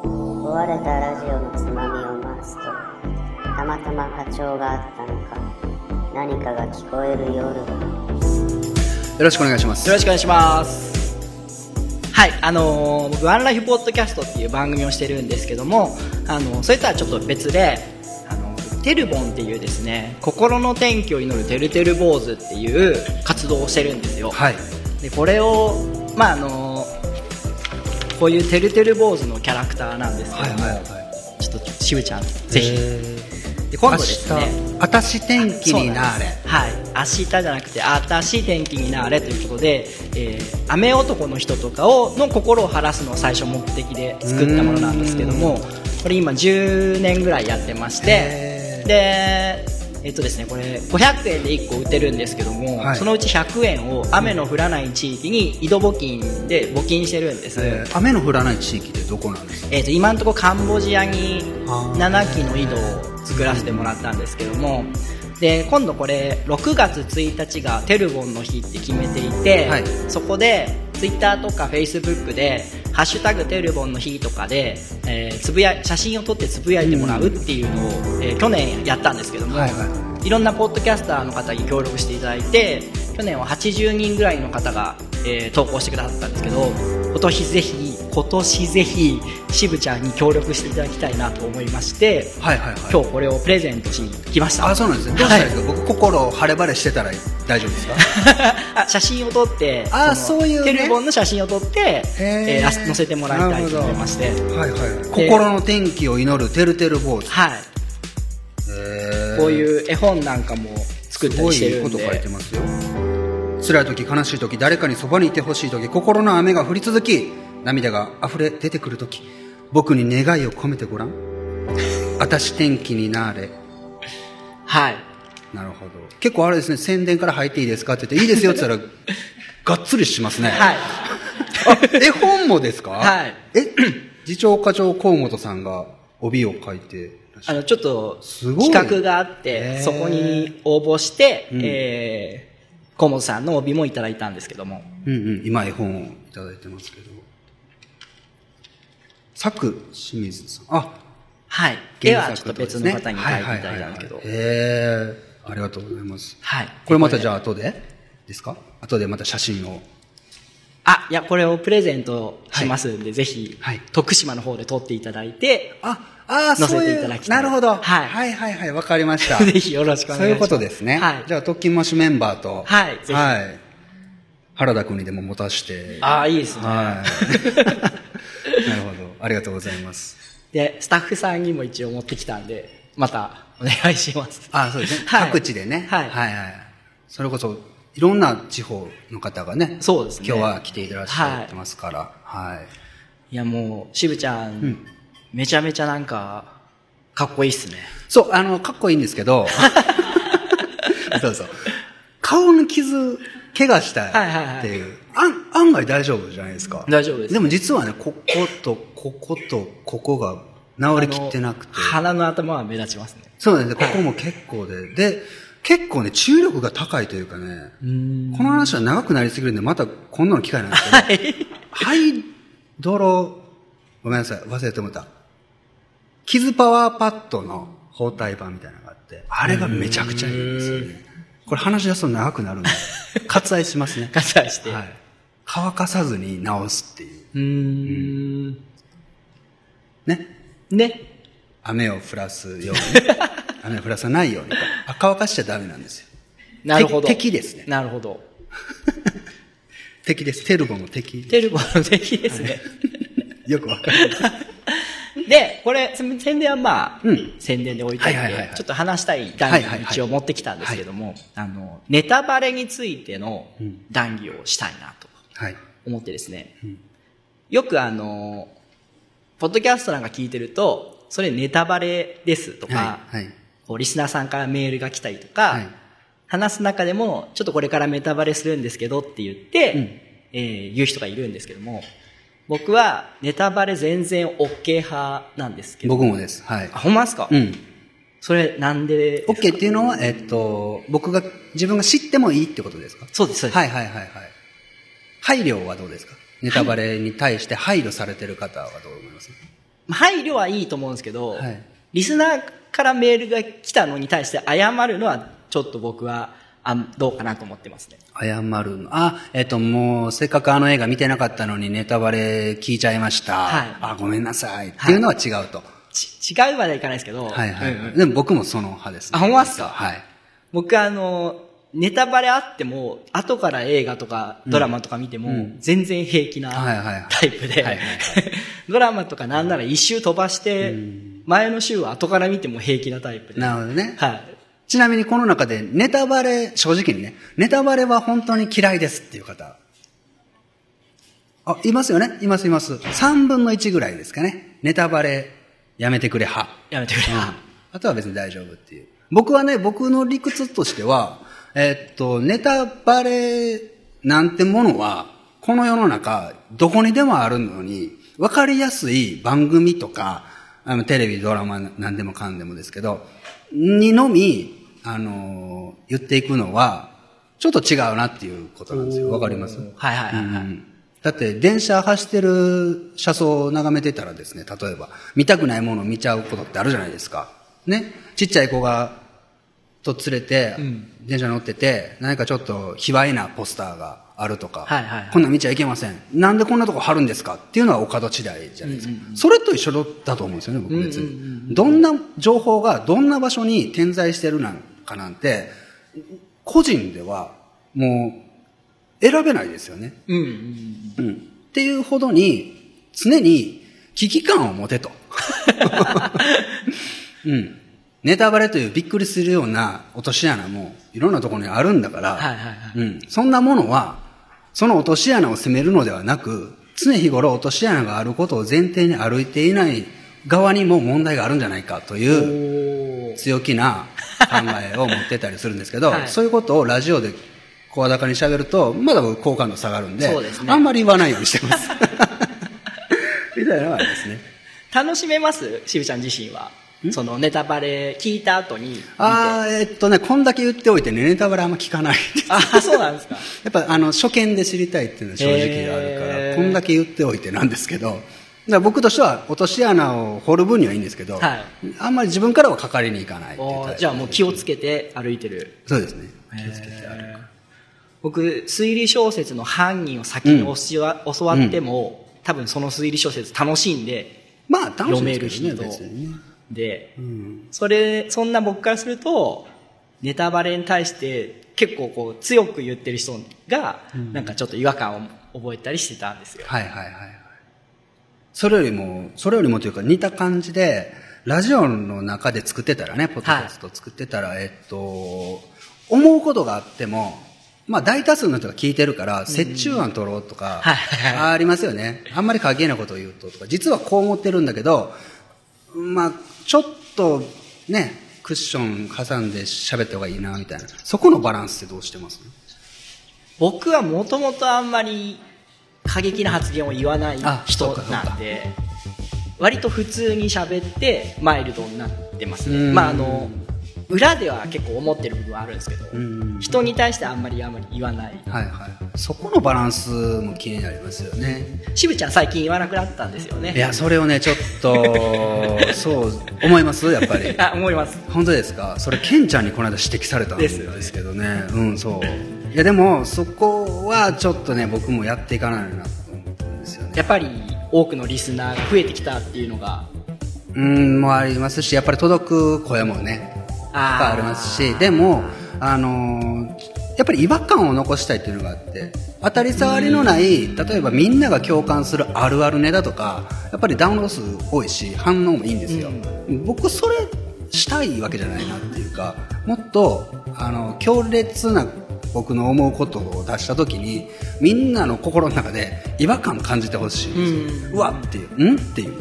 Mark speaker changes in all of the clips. Speaker 1: 流れたラジオのつまみを回すとたまたま波長があったのか何かが聞こえる夜
Speaker 2: よろしくお願いします
Speaker 3: よろしくお願いしますはいあのー僕ワンライフポッドキャストっていう番組をしてるんですけども、あのーそれとはちょっと別で、あのーテルボンっていうですね心の天気を祈るてるてる坊主っていう活動をしてるんですよ、
Speaker 2: はい
Speaker 3: でこれをまああのーこういうてるてる坊主のキャラクターなんですけども、
Speaker 2: は
Speaker 3: ちょっと渋ちゃん
Speaker 2: い
Speaker 3: ぜひで今度ですね
Speaker 2: あたし天気になれ
Speaker 3: はい明日じゃなくて「あたし天気になれ」ということで、えー雨男の人とかをの心を晴らすのを最初目的で作ったものなんですけどもこれ今10年ぐらいやってまして
Speaker 2: へー
Speaker 3: でえっとですねこれ500円で1個売ってるんですけども、
Speaker 2: はい
Speaker 3: そのうち100円を雨の降らない地域に井戸募金で募金してるんです、
Speaker 2: えー雨の降らない地域ってどこなんですか
Speaker 3: えー、と今のところカンボジアに
Speaker 2: あー
Speaker 3: 7基の井戸を作らせてもらったんですけどもで今度これ6月1日がテルボンの日って決めていて、
Speaker 2: はい
Speaker 3: そこでツイッターとかフェイスブックで「ハッシュタグテルボンの日」とかで、えーつぶや写真を撮ってつぶやいてもらうっていうのを、えー去年やったんですけども、
Speaker 2: はい
Speaker 3: い
Speaker 2: はい
Speaker 3: ろんなポッドキャスターの方に協力していただいて去年は80人ぐらいの方が、えー投稿してくださったんですけど今年ぜひ今年ぜひ渋ちゃんに協力していただきたいなと思いまして
Speaker 2: はいはいはい
Speaker 3: 今日これをプレゼントしに来ました
Speaker 2: あそうなんですねどうしたらいいですか、僕心晴れ晴れしてたら大丈夫ですか
Speaker 3: あ写真を撮って
Speaker 2: あ
Speaker 3: の
Speaker 2: そういうね
Speaker 3: テレボンの写真を撮って、
Speaker 2: へー
Speaker 3: えーあ載せてもらいたいと思いまして
Speaker 2: はいはい心の天気を祈るてるてる坊主
Speaker 3: はい、
Speaker 2: へー
Speaker 3: こういう絵本なんかも作ったりしてるん
Speaker 2: すごいこと書いて
Speaker 3: で
Speaker 2: ますよ辛い時悲しい時誰かにそばにいてほしい時心の雨が降り続き涙が溢れ出てくる時僕に願いを込めてごらんあたし天気になれ
Speaker 3: はい
Speaker 2: なるほど結構あれですね宣伝から入っていいですかって言っていいですよって言ったら がっつりしますね
Speaker 3: はい
Speaker 2: あ絵本もですか
Speaker 3: はい
Speaker 2: え 次長課長河本さんが帯を書いてらっしゃ
Speaker 3: あ
Speaker 2: る
Speaker 3: のちょっと
Speaker 2: すごい
Speaker 3: 企画があっ
Speaker 2: へ
Speaker 3: て
Speaker 2: ー
Speaker 3: そこに応募して、
Speaker 2: ん
Speaker 3: えー、河本さんの帯もいただいたんですけども
Speaker 2: うんうん、今絵本をいただいてますけど。佐久清水さん。あ、
Speaker 3: はい絵はちょっと別の方に書いていただいたんですけど
Speaker 2: へえありがとうございます。
Speaker 3: はい
Speaker 2: これまたじゃあ後でですか後でまた写真を。
Speaker 3: あいやこれをプレゼントしますんで、ぜひ、
Speaker 2: はい
Speaker 3: 徳島の方で撮っていただいて
Speaker 2: あ、あー
Speaker 3: 載せて
Speaker 2: そうい
Speaker 3: いただ
Speaker 2: う
Speaker 3: き、たい
Speaker 2: なるほど。
Speaker 3: はい
Speaker 2: はいはいはいわかりまし た。
Speaker 3: ぜひよろしくお
Speaker 2: そう
Speaker 3: 願いし
Speaker 2: い
Speaker 3: ます
Speaker 2: うことですね。
Speaker 3: はい
Speaker 2: じゃあ、特勤マッシュメンバーと。
Speaker 3: はいぜひ
Speaker 2: はい。原田君にでも持たして。
Speaker 3: ああいいですね、
Speaker 2: はい。なる ほど。ありがとうございます。
Speaker 3: でスタッフさんにも一応持ってきたんでまたお願いします
Speaker 2: あそうですね、
Speaker 3: はい
Speaker 2: 各地でね、
Speaker 3: はい
Speaker 2: はいはいそれこそいろんな地方の方がね
Speaker 3: そうですね
Speaker 2: 今日は来ていらっしゃってますから、はい
Speaker 3: いやもう渋ちゃん、めちゃめちゃなんかかっこいいっすね
Speaker 2: そうあのかっこいいんですけ どそうそう顔の傷怪我した
Speaker 3: はいはいはい
Speaker 2: っていう、あん案外大丈夫じゃないですか
Speaker 3: 大丈夫です
Speaker 2: でも実はねこことこことここが治りきってなくて
Speaker 3: あの鼻の頭は目立ちますね
Speaker 2: そうなんですねここも結構でで結構ね注力が高いというかねこの話は長くなりすぎるんでまたこんなの機会なんですけど
Speaker 3: はい
Speaker 2: ハイドロ、ごめんなさい、忘れてもった。キズパワーパッドの包帯版みたいなのがあって、あれがめちゃくちゃいいんですよね。これ話し出すと長くな るんで、割愛しますね。
Speaker 3: 割愛して、
Speaker 2: はい。乾かさずに直すっていう。
Speaker 3: うーん
Speaker 2: ね。
Speaker 3: ね
Speaker 2: 雨を降らすように。 雨を降らさないように。あ乾かしちゃダメなんですよ。
Speaker 3: なるほど
Speaker 2: 敵敵ですね
Speaker 3: なるほど
Speaker 2: 敵です。テルゴの敵。
Speaker 3: テルボの敵ですね、
Speaker 2: よくわかる。
Speaker 3: で、これ、宣宣伝はまあ、
Speaker 2: うん
Speaker 3: 宣伝で置いといて、
Speaker 2: はいはいはいはい
Speaker 3: ちょっと話したい談義を一応持ってきたんですけども、あの、ネタバレについての
Speaker 2: うん
Speaker 3: 談義をしたいなと
Speaker 2: はい。
Speaker 3: 思ってですね、
Speaker 2: うん
Speaker 3: よくあの、ポッドキャストなんか聞いてると、それネタバレですとか、
Speaker 2: はい。はい。
Speaker 3: こうリスナーさんからメールが来たりとか、
Speaker 2: はい
Speaker 3: 話す中でも、ちょっとこれからネタバレするんですけどって言って、
Speaker 2: うん
Speaker 3: えー言う人がいるんですけども、僕はネタバレ全然 OK 派なんですけど、
Speaker 2: 僕もです。はい
Speaker 3: あ、。ほんまですか、
Speaker 2: うん。
Speaker 3: それなんでですか
Speaker 2: OK っていうのは、えっと、僕が、自分が知ってもいいってことですか
Speaker 3: そうです、そうです。
Speaker 2: はいはいはいはい。配慮はどうですかネタバレに対して配慮されてる方はどう思います
Speaker 3: まあ配慮はいいと思うんですけど、
Speaker 2: はい
Speaker 3: リスナーからメールが来たのに対して謝るのはちょっと僕はあんどうかなと思ってますね。
Speaker 2: 謝るの。あ、えっ、と、もう、せっかくあの映画見てなかったのにネタバレ聞いちゃいました。
Speaker 3: はい
Speaker 2: あ、ごめんなさい。っていうのは違うと。
Speaker 3: ち違うまではいかないですけど、
Speaker 2: はい、はい、
Speaker 3: うんうん
Speaker 2: でも僕もその派です、
Speaker 3: あほんまっすか
Speaker 2: はい。
Speaker 3: 僕あの、ネタバレあっても、後から映画とかドラマとか見ても、
Speaker 2: うん
Speaker 3: 全然平気な
Speaker 2: はいはいはい
Speaker 3: タイプで
Speaker 2: はいはいはい、
Speaker 3: ドラマとかなんなら一周飛ばして、前の週は後から見ても平気なタイプで。
Speaker 2: なるほどね。
Speaker 3: はい。
Speaker 2: ちなみにこの中でネタバレ、正直にね、ネタバレは本当に嫌いですっていう方。あ、いますよねいますいます。3分の1ぐらいですかね。ネタバレやめてくれ派。
Speaker 3: やめてくれ。
Speaker 2: うんあとは別に大丈夫っていう。僕はね、僕の理屈としては、えーっと、ネタバレなんてものは、この世の中、どこにでもあるのに、わかりやすい番組とか、あの、テレビ、ドラマ、なんでもかんでもですけど、にのみ、あのー言っていくのは、ちょっと違うなっていうことなんですよ。わかります
Speaker 3: はいはいはいは
Speaker 2: う
Speaker 3: い。
Speaker 2: んだって電車走ってる車窓を眺めてたらですね例えば見たくないものを見ちゃうことってあるじゃないですかねちっちゃい子がと連れて
Speaker 3: うん
Speaker 2: 電車乗ってて何かちょっと卑猥なポスターがあるとか、
Speaker 3: はいはいはい
Speaker 2: こんなん見ちゃいけませんなんでこんなとこ貼るんですかっていうのはお門次第じゃないですか、それと一緒だと思うんですよね僕別に、どんな情報がどんな場所に点在してるなんかなんて個人ではもう選べないですよね
Speaker 3: うんうんうん。
Speaker 2: うん、っていうほどに常に危機感を持 てと、うん、ネタバレというびっくりするような落とし穴もいろんなところにあるんだから、
Speaker 3: はいはいはい
Speaker 2: うん、そんなものはその落とし穴を責めるのではなく常日頃落とし穴があることを前提に歩いていない側にも問題があるんじゃないかという強気な考えを持ってたりするんですけど、
Speaker 3: はい
Speaker 2: そういうことをラジオで声高に喋ると、まだ僕好感度下がるんで、
Speaker 3: そうですね
Speaker 2: あんまり言わないようにして ます。みたいなのはありますね。
Speaker 3: 楽しめますしぶちゃん自身は。そのネタバレ聞いた後に見て。
Speaker 2: あーえっとね、こんだけ言っておいてね、ネタバレあんま聞かない。
Speaker 3: あー、そうな んですか。
Speaker 2: やっぱあの初見で知りたいっていうのは正直あるから、
Speaker 3: へー
Speaker 2: こんだけ言っておいてなんですけどだから僕としては落とし穴を掘る分にはいいんですけど、
Speaker 3: はい
Speaker 2: あんまり自分からはかかりにいかないっていう
Speaker 3: お
Speaker 2: タイ
Speaker 3: ー
Speaker 2: プ
Speaker 3: じゃあもう気をつけて歩いてる。
Speaker 2: そうですね気をつけてある
Speaker 3: えー僕、推理小説の犯人を先に教わ教わっても、多分その推理小説楽しいんで、
Speaker 2: まあ楽し
Speaker 3: 読
Speaker 2: い
Speaker 3: め
Speaker 2: で
Speaker 3: る
Speaker 2: すけ
Speaker 3: 人
Speaker 2: どね別にね、
Speaker 3: で、
Speaker 2: うん、
Speaker 3: それ、そんな僕からすると、ネタバレに対して結構こう強く言ってる人が、なんかちょっと違和感を覚えたりしてたんですよ。
Speaker 2: はいはいはいはい。それよりも、それよりもというか似た感じで、ラジオの中で作ってたらね、ポッドキャスト作ってたら、えっと、思うことがあっても、まあ大多数の人が聞いてるから、折衷案取ろうとか、
Speaker 3: はいはいは
Speaker 2: あありますよね。あんまり過激なことを言うととか、実はこう思ってるんだけど、まあ、ちょっとね、クッション挟んで喋った方がいいな、みたいな。そこのバランスってどうしてます
Speaker 3: 僕はもともとあんまり過激な発言を言わない
Speaker 2: あそ
Speaker 3: 人
Speaker 2: うかそうか
Speaker 3: なんで割と普通に喋ってマイルドになってます
Speaker 2: う
Speaker 3: ね
Speaker 2: ん
Speaker 3: まああの裏では結構思ってる部分はあるんですけど
Speaker 2: ん
Speaker 3: 人に対してあんまりあんまり言わない
Speaker 2: はいはい。そこのバランスも気になりますよね。
Speaker 3: しぶちゃん最近言わなくなったんですよ
Speaker 2: い
Speaker 3: ね
Speaker 2: や、それをね、ちょっ と、そう、思いますやっぱり。
Speaker 3: あ思います
Speaker 2: 本当ですかそれ、ケンちゃんにこの間指摘されたんで
Speaker 3: で
Speaker 2: す
Speaker 3: よね
Speaker 2: すけどね。うん、そう。いや、でも、そこはちょっとね、僕もやっていかないなと思ったんですよね。
Speaker 3: やっぱり多くのリスナーが増えてきたっていうのが
Speaker 2: うん、もありますし、やっぱり届く声もね、やっぱありますし、でも、あのーやっぱり違和感を残したいっていうのがあって、当たり障りのない、例えばみんなが共感するあるあるネタとか、やっぱりダウンロード数多いし、反応もいいんですよ。僕、それしたいわけじゃないなっていうか、もっと、あの、強烈な僕の思うことを出した時に、みんなの心の中で違和感感じてほしいんですよ。うわっていう、んっていう。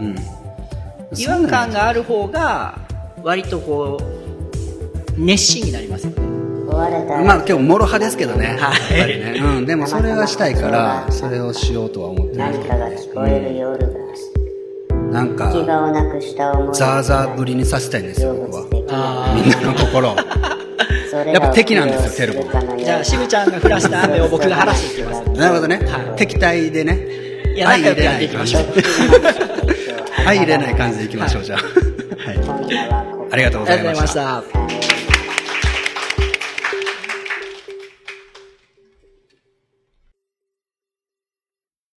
Speaker 2: うん。
Speaker 3: 違和感がある方が割とこう熱心になりますよね
Speaker 1: 壊れた
Speaker 2: まあ今日もろ派ですけどね。
Speaker 3: はい
Speaker 2: やっぱりね。うん。でもそれがしたいから、それをしようとは思ってます
Speaker 1: 何
Speaker 2: け
Speaker 1: か
Speaker 2: ど
Speaker 1: が
Speaker 2: ね
Speaker 1: 聞。こえる夜だ
Speaker 2: なん
Speaker 1: 牙
Speaker 2: か、
Speaker 1: をなくした思い
Speaker 2: ザーザーぶりにさせたいんですよ、
Speaker 1: 成
Speaker 2: 僕
Speaker 1: 仏で
Speaker 2: は。
Speaker 1: きな
Speaker 2: みんなの心を。
Speaker 1: いそれらを
Speaker 2: やっぱ敵なんですよ
Speaker 1: 利用
Speaker 2: テ
Speaker 1: る
Speaker 2: ルボ
Speaker 1: かのような
Speaker 3: じゃあしぶちゃんが降らした雨を僕が晴らしていきます
Speaker 2: なるほどね
Speaker 3: は。
Speaker 2: 敵対で
Speaker 3: い
Speaker 2: ね。
Speaker 3: や
Speaker 2: 相入
Speaker 3: 仲良く
Speaker 2: れ
Speaker 3: やっ
Speaker 2: な
Speaker 3: てい
Speaker 2: い
Speaker 3: きま
Speaker 2: 感
Speaker 3: し
Speaker 2: じ
Speaker 3: ょう。
Speaker 1: 敵なんですよ
Speaker 2: はい、入れない感じでいきましょう、じゃあ。はい。
Speaker 1: 今夜はここ
Speaker 2: ありがとうございました
Speaker 3: ありがとうございま
Speaker 1: さ
Speaker 3: した。
Speaker 1: よなら